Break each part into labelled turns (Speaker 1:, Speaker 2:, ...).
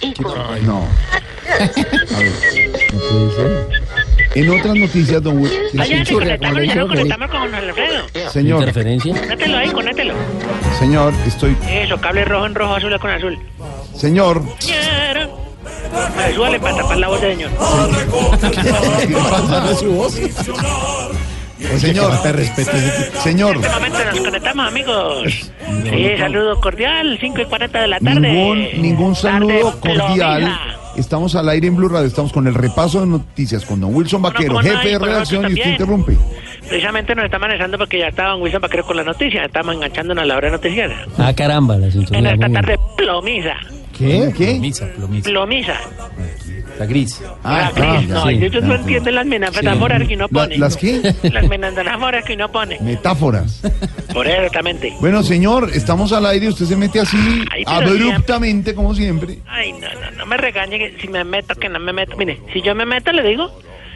Speaker 1: equipo.
Speaker 2: No. A ver, no puede ser. En otras noticias, don Wil-
Speaker 1: Allá te
Speaker 3: Churria,
Speaker 1: conectamos, ya
Speaker 3: como
Speaker 1: lo
Speaker 3: le dicen,
Speaker 1: conectamos con Alfredo.
Speaker 2: Señor,
Speaker 3: ¿Interferencia?
Speaker 1: Conéctelo ahí, conéctelo.
Speaker 2: señor, estoy.
Speaker 1: Eso, cable rojo en rojo, azul con azul.
Speaker 2: Señor.
Speaker 1: Ñara. Vale, Súbale para tapar la voz del señor.
Speaker 2: su voz? Señor, te Señor,
Speaker 1: En este momento nos conectamos,
Speaker 2: Pues,
Speaker 1: amigos. Sí, saludo cordial, 5 y 40 de la tarde.
Speaker 2: ningún, ningún saludo
Speaker 1: Tarde
Speaker 2: cordial.
Speaker 1: plomiza.
Speaker 2: Estamos al aire en Blue Radio, estamos con el repaso de noticias con don Wilson Vaquero,
Speaker 1: cómo no,
Speaker 2: jefe
Speaker 1: y
Speaker 2: de
Speaker 1: con
Speaker 2: redacción,
Speaker 1: nosotros
Speaker 2: y usted
Speaker 1: también.
Speaker 2: interrumpe.
Speaker 1: Precisamente nos está manejando porque ya estaban Wilson Vaquero con la noticia, estamos enganchándonos a la hora noticiera.
Speaker 3: Ah, caramba, la
Speaker 1: En
Speaker 3: sintonía.
Speaker 1: esta
Speaker 3: muy bien.
Speaker 1: tarde plomiza,
Speaker 2: ¿Qué? ¿Qué?
Speaker 4: Plomiza, plomiza.
Speaker 1: plomiza.
Speaker 4: La gris.
Speaker 2: Ah,
Speaker 1: La
Speaker 2: claro,
Speaker 1: Cris, Ah, no,
Speaker 2: sí,
Speaker 1: ellos no
Speaker 2: claro.
Speaker 1: entienden las metáforas que no
Speaker 2: La-
Speaker 1: ponen.
Speaker 2: ¿Las qué?
Speaker 1: Las metáforas que no ponen.
Speaker 2: Metáforas.
Speaker 1: Por eso, exactamente.
Speaker 2: Bueno, señor, estamos al aire, usted se mete así,
Speaker 1: Ay, pero
Speaker 2: abruptamente, como siempre.
Speaker 1: Ay, no, no, no me regañe que si me meto, que no me meto. Mire, si yo me meto, le digo,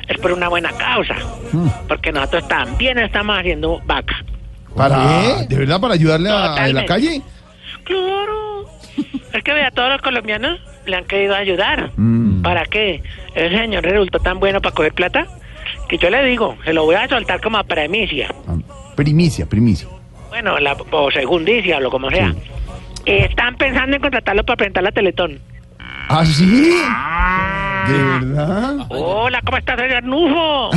Speaker 1: es por una buena causa. Porque nosotros también estamos haciendo vaca.
Speaker 2: ¿Para? ¿De verdad? ¿Para ayudarle a, a
Speaker 1: Totalmente.
Speaker 2: la calle?
Speaker 1: Claro. Es que vea, todos los colombianos le han querido ayudar. ¿Para qué? Ese señor resultó tan bueno para coger plata que yo le digo, se lo voy a soltar como a premicia.
Speaker 2: Ah, Primicia, primicia.
Speaker 1: Bueno, la, o segundicia, o lo como sea. Están pensando en contratarlo para presentar la Teletón.
Speaker 2: ¿Ah, sí?
Speaker 1: Ah.
Speaker 2: ¿De verdad?
Speaker 1: Hola, ¿cómo estás, señor Nufo?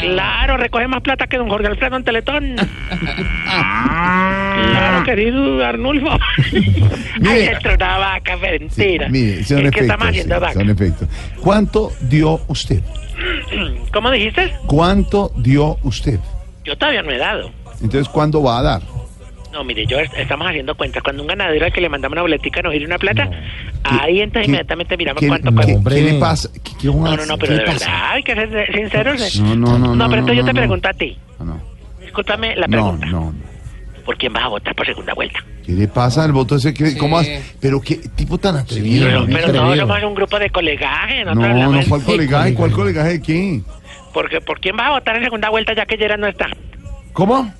Speaker 1: claro, recoge más plata que don Jorge Alfredo en Teletón. claro, querido Arnulfo. Ay,
Speaker 2: Mire.
Speaker 1: se tronaba vaca,
Speaker 2: Sí,
Speaker 1: mentira.
Speaker 2: mire, son
Speaker 1: es que
Speaker 2: efectos.
Speaker 1: estamos haciendo
Speaker 2: sí,
Speaker 1: vaca.
Speaker 2: son efectos. ¿Cuánto dio usted?
Speaker 1: Mm, ¿Cómo dijiste?
Speaker 2: ¿Cuánto dio usted?
Speaker 1: Yo todavía no he dado.
Speaker 2: Entonces, ¿cuándo va a dar?
Speaker 1: No, mire, yo est- estamos haciendo cuentas. Cuando un ganadero al que le mandamos una boletica nos gira una plata, ahí
Speaker 2: ¿Qué-
Speaker 1: entonces inmediatamente miramos
Speaker 2: qué-
Speaker 1: cuánto
Speaker 2: no,
Speaker 1: cuesta.
Speaker 2: ¿Qué
Speaker 4: hombre.
Speaker 2: le pasa? ¿Qué, qué
Speaker 1: No,
Speaker 2: más?
Speaker 1: no, no, pero
Speaker 2: ¿Qué
Speaker 1: de
Speaker 2: le
Speaker 1: verdad,
Speaker 2: pasa?
Speaker 1: hay que ser sinceros.
Speaker 2: No, no, no, no,
Speaker 1: pero entonces
Speaker 2: no,
Speaker 1: yo te
Speaker 2: no.
Speaker 1: pregunto a ti.
Speaker 2: Ah, No,
Speaker 1: Discúlpame la
Speaker 2: no,
Speaker 1: pregunta.
Speaker 2: no. no.
Speaker 1: ¿Por quién vas a votar por segunda vuelta?
Speaker 2: ¿Qué le pasa al voto ese? que- ¿Cómo hace? ¿Pero qué tipo tan atrevido?
Speaker 1: Pero,
Speaker 2: no,
Speaker 1: pero no,
Speaker 4: creo.
Speaker 1: somos un grupo de colegaje.
Speaker 2: no,
Speaker 1: nosotros hablamos
Speaker 2: no,
Speaker 1: en- ¿eh?
Speaker 2: ¿cuál colegaje? ¿Cuál colegaje de quién?
Speaker 1: Porque, ¿Por quién vas a votar en segunda vuelta ya que Gerard no está?
Speaker 2: ¿Cómo?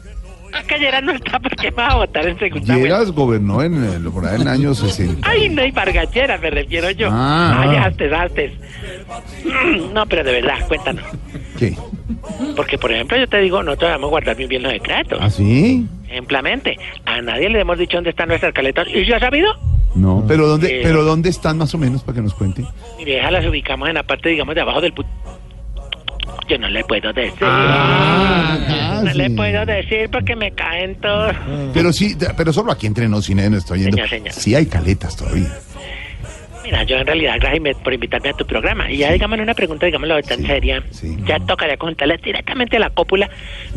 Speaker 1: Ah, que Gerard no está, ¿por qué vas a votar en segunda vuelta?
Speaker 2: Lleras gobernó en, el- por ahí en el año 60.
Speaker 1: Ay, no, y Vargallera me refiero yo.
Speaker 2: Ah.
Speaker 1: Ay, antes, antes. No, pero de verdad, cuéntanos.
Speaker 2: ¿Qué?
Speaker 1: Porque, por ejemplo, yo te digo, nosotros vamos a guardar muy bien los secretos.
Speaker 2: ¿Ah, sí?
Speaker 1: Ejemplamente, a nadie le hemos dicho dónde están nuestras caletas. ¿Y yo ha sabido?
Speaker 2: No, pero ¿dónde,
Speaker 1: Eh.
Speaker 2: pero ¿dónde están más o menos para que nos cuente?
Speaker 1: Mire, ya las ubicamos en la parte, digamos, de abajo del pu- Yo no le puedo decir. no
Speaker 2: casi.
Speaker 1: le puedo decir porque me caen todos.
Speaker 2: Pero sí, de- pero solo aquí entre nos, cine no estoy yendo.
Speaker 1: Señor, señor.
Speaker 2: Sí hay caletas todavía.
Speaker 1: Mira, yo en realidad, gracias me- por invitarme a tu programa. Y ya, digamos, en una pregunta, digámoslo tan
Speaker 2: Sí,
Speaker 1: seria,
Speaker 2: sí.
Speaker 1: ya tocaría contarles directamente a la cópula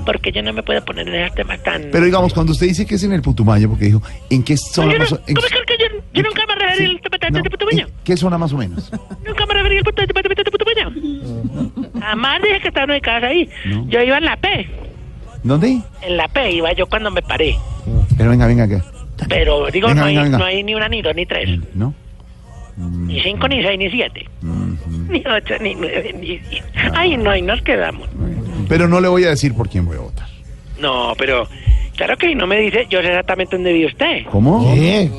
Speaker 1: porque yo no me puedo poner en esos temas tan...
Speaker 2: Pero digamos, cuando usted dice que es en el Putumayo, porque dijo, ¿en qué
Speaker 1: No,
Speaker 2: zona
Speaker 1: yo, no,
Speaker 2: más o
Speaker 1: ¿cómo
Speaker 2: en-
Speaker 1: es que yo, yo nunca me referí
Speaker 2: Sí,
Speaker 1: al tapete
Speaker 2: no,
Speaker 1: de Putumayo?
Speaker 2: ¿en ¿Qué zona más o menos?
Speaker 1: Nunca me referí al tapete tapete de Putumayo. Jamás dije que estaban ubicadas ahí.
Speaker 2: No.
Speaker 1: Yo iba en la P.
Speaker 2: ¿Dónde?
Speaker 1: En la P iba yo cuando me paré.
Speaker 2: Pero venga, venga acá.
Speaker 1: Pero digo,
Speaker 2: Venga,
Speaker 1: no, hay,
Speaker 2: venga, venga.
Speaker 1: no Mm. hay ni una, ni dos, ni tres,
Speaker 2: ¿No? Mm,
Speaker 1: ni cinco, ni seis, ni siete, ni ocho, ni nueve, ni diez. Ay, no, y nos quedamos.
Speaker 2: Pero no le voy a decir por quién voy a votar.
Speaker 1: No, pero claro que no me dice, yo sé exactamente dónde vive usted.
Speaker 2: ¿Cómo?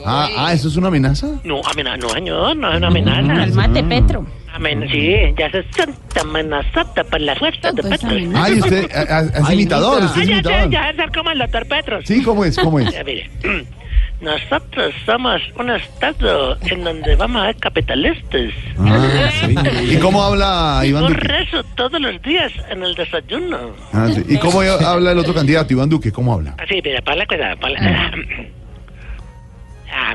Speaker 2: Ah, ah, ¿eso es una amenaza?
Speaker 1: No, amenaza, no, señor, no es una amenaza.
Speaker 5: Calmate, Petro.
Speaker 1: Amen, sí, ya se santa amenazada por la fuerza de
Speaker 5: Pues,
Speaker 1: Petro.
Speaker 5: amenaza.
Speaker 2: Ay, usted ah, ah, es
Speaker 4: Ay,
Speaker 2: imitador, usted
Speaker 4: imita.
Speaker 1: Ah,
Speaker 2: es
Speaker 1: ya, ya,
Speaker 2: imitador.
Speaker 1: ya, Ah, ser como el doctor Petro.
Speaker 2: Sí, ¿cómo es? ¿Cómo es?
Speaker 1: Ya, mire, nosotros somos un estado en donde vamos a ser capitalistas.
Speaker 2: Ah, sí. ¿Y cómo habla Iván
Speaker 1: Yo
Speaker 2: Duque?
Speaker 1: rezo todos los días en el desayuno.
Speaker 2: Ah, sí. ¿Y cómo habla el otro candidato, Iván Duque? ¿Cómo habla?
Speaker 1: Así, mira, para la cosa, para la... Ah,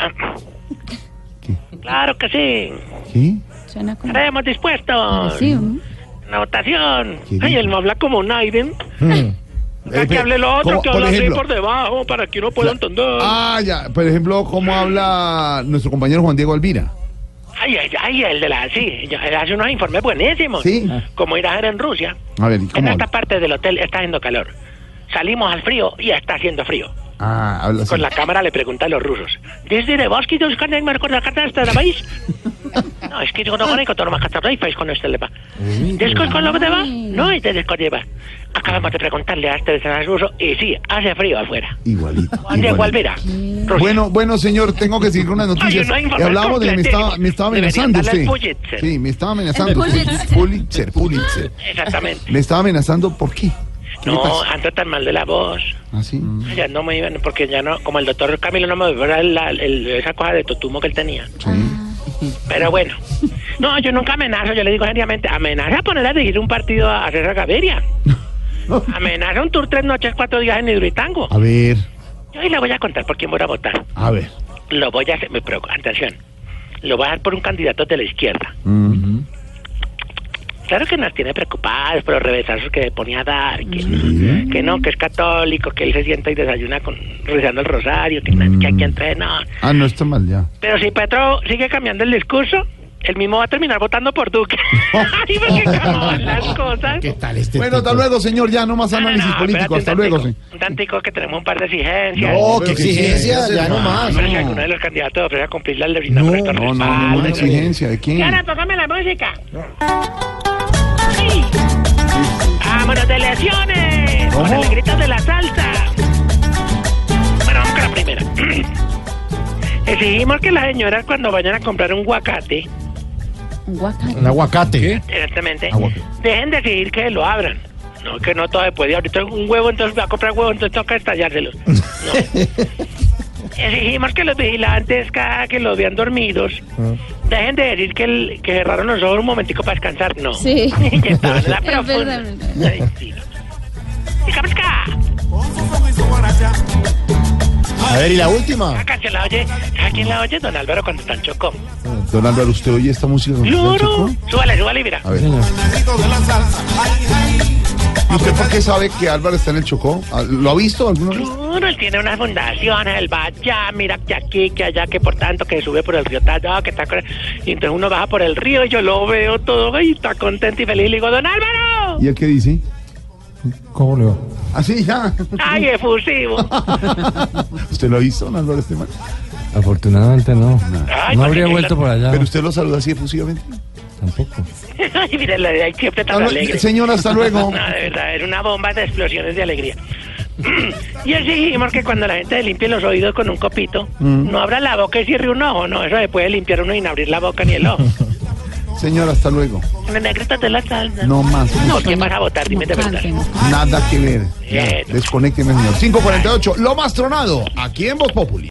Speaker 1: ah,
Speaker 2: ¿Qué?
Speaker 1: Claro que sí.
Speaker 2: ¿Qué?
Speaker 5: Suena como
Speaker 1: Estaremos dispuestos.
Speaker 5: agresivo, ¿no?
Speaker 1: Una votación.
Speaker 2: ¿Qué
Speaker 1: Ay,
Speaker 2: dijo?
Speaker 1: él me habla como Naiden. Ya que
Speaker 2: Eh,
Speaker 1: hable lo otro,
Speaker 2: ¿cómo-
Speaker 1: que
Speaker 2: Eh, por
Speaker 1: habla así
Speaker 2: ejemplo?
Speaker 1: por debajo, para que uno pueda entender.
Speaker 2: Ah, ya. Por ejemplo, ¿cómo habla nuestro compañero Juan Diego Alvira?
Speaker 1: Ay, ay, ay, el de la... Sí, yo- él hace unos informes buenísimos.
Speaker 2: Sí.
Speaker 1: Como ir a hacer en Rusia.
Speaker 2: A ver, ¿y
Speaker 1: Ah. En
Speaker 2: cómo
Speaker 1: esta
Speaker 2: habla?
Speaker 1: parte del hotel está haciendo calor. Salimos al frío y está haciendo frío.
Speaker 2: Ah, habla así.
Speaker 1: Con la cámara le preguntan los rusos. ¿Desde Lebowski dos con la carta de país? No, es que yo no conozco todo lo más que te país con este leva. ¿Descos con lo que te va? No, es de descordiva. Acabamos de preguntarle a este de San Ruso y sí, hace frío afuera.
Speaker 2: Igualito.
Speaker 1: Juan de
Speaker 2: igualito.
Speaker 1: Gualvera. Rusia.
Speaker 2: Bueno, bueno, señor, tengo que seguir con las noticias.
Speaker 1: Ay, no hay
Speaker 2: Y hablábamos de me
Speaker 1: información
Speaker 2: estaba, me estaba
Speaker 1: Deberían
Speaker 2: amenazando
Speaker 1: darle
Speaker 2: usted.
Speaker 1: al Pulitzer.
Speaker 2: Sí, me estaba amenazando.
Speaker 3: El
Speaker 2: usted. Pulitzer, Pulitzer.
Speaker 1: Exactamente.
Speaker 2: Me estaba amenazando, ¿por qué? ¿Qué le
Speaker 1: No, Mm.
Speaker 2: pasa?
Speaker 1: anda tan mal de la voz.
Speaker 2: ¿Ah, sí?
Speaker 1: Ya no me iban, porque ya no, como el doctor Camilo no me volvió a la- el- esa cosa de totumo que él tenía.
Speaker 2: Sí.
Speaker 1: Pero bueno. No, yo nunca amenazo, yo le digo seriamente, amenaza a poner a dirigir un partido a César Gaviria. Amenaza un tour tres noches, cuatro días en Hidroitango.
Speaker 2: A ver,
Speaker 1: Yo ahí le voy a contar por quién voy a votar.
Speaker 2: a ver.
Speaker 1: Lo voy a hacer, me preocupa, atención. Lo voy a dar por un candidato de la izquierda.
Speaker 2: Mm.
Speaker 1: Claro que nos tiene preocupados por los revesazos que le ponía a dar, que, que no, que es católico, que él se sienta y desayuna con, rezando el rosario, que, na- que aquí entre no.
Speaker 2: Ah, no está mal ya.
Speaker 1: Pero si Petro sigue cambiando el discurso, él mismo va a terminar votando por Duque. Ay, porque cómo van las cosas.
Speaker 4: ¿Qué tal este
Speaker 2: Bueno, hasta
Speaker 4: tipo?
Speaker 2: luego, señor, ya no más
Speaker 1: No, no, no,
Speaker 2: análisis político.
Speaker 1: espérate
Speaker 2: Hasta
Speaker 1: un
Speaker 2: luego,
Speaker 1: tantico,
Speaker 2: sí. Oh,
Speaker 1: Un tantico que tenemos un par de exigencias.
Speaker 4: No, qué
Speaker 2: Pero que
Speaker 4: exigencia,
Speaker 2: sí,
Speaker 4: ya no más.
Speaker 1: Pero si alguno de los candidatos ofrece cumplirla, le brindamos
Speaker 2: No,
Speaker 1: nuestra
Speaker 2: no, no,
Speaker 1: respaldo,
Speaker 2: no, no,
Speaker 1: ¿no?
Speaker 2: exigencia, ¿de quién?
Speaker 1: Clara, tócame la música. Sí. Vámonos de lesiones. Con
Speaker 2: ¿Cómo?
Speaker 1: el grito de la salsa. Bueno, vamos con la primera. Exigimos que las señoras cuando vayan a comprar un guacate,
Speaker 3: Un guacate.
Speaker 4: Un aguacate.
Speaker 1: evidentemente,
Speaker 2: Aguacate.
Speaker 1: dejen de exigir que lo abran. No, que no todo se puede. Ahorita un huevo, entonces va a comprar huevo, entonces toca estallárselo. No. Exigimos que los vigilantes, cada que los vean dormidos, dejen de decir que, el- que cerraron los ojos un momentico para descansar. No.
Speaker 3: Sí.
Speaker 1: Que estaban en la
Speaker 3: Es
Speaker 1: profunda.
Speaker 3: verdad, verdad.
Speaker 1: Ay, sí. Pica, pica.
Speaker 4: A ver, y la última.
Speaker 1: Esa canción la oye. ¿A quién la oye? Don Álvaro cuando está en Chocó.
Speaker 2: Don Álvaro, ¿usted oye esta música? con Julián
Speaker 1: Luro.
Speaker 2: Chacón?
Speaker 1: Súbale, súbale, y mira.
Speaker 2: A ver. ¿Y usted por qué sabe que Álvaro está en el Chocó? Ah, ¿Lo ha visto alguna vez?
Speaker 1: Luro, él tiene una fundación, el va allá, mira que aquí, que allá, que por tanto, que sube por el río, está allá, que está. con- Y entonces uno baja por el río y yo lo veo todo y está contento y feliz. Le digo, Don Álvaro.
Speaker 2: ¿Y él qué dice?
Speaker 4: ¿Cómo le va?
Speaker 2: Así ya.
Speaker 1: ¡Ay, eh. efusivo!
Speaker 2: ¿Usted lo ha visto, don Álvaro este Esteban?
Speaker 5: Afortunadamente no.
Speaker 1: Ay,
Speaker 5: No
Speaker 1: porque
Speaker 5: habría
Speaker 1: que
Speaker 5: vuelto
Speaker 1: la-
Speaker 5: por allá.
Speaker 2: ¿Pero usted lo saluda así efusivamente?
Speaker 5: Tampoco.
Speaker 1: Ay, mira, la- la- siempre tan
Speaker 2: Habla-
Speaker 1: alegre.
Speaker 2: Señora, hasta luego.
Speaker 1: No, de verdad, era una bomba de explosiones de alegría. y exigimos que cuando la gente se limpie los oídos con un copito,
Speaker 2: Mm.
Speaker 1: no abra la boca y cierre un ojo, no, eso se puede limpiar uno sin abrir la boca ni el ojo.
Speaker 2: Señora, hasta luego.
Speaker 1: Una negrita de la salsa.
Speaker 2: No más.
Speaker 1: No, ¿quién vas a votar? Dime de verdad.
Speaker 2: Nada que ver.
Speaker 1: Bien.
Speaker 2: Desconectenme, señor. 548, lo más tronado, aquí en Voz Populi.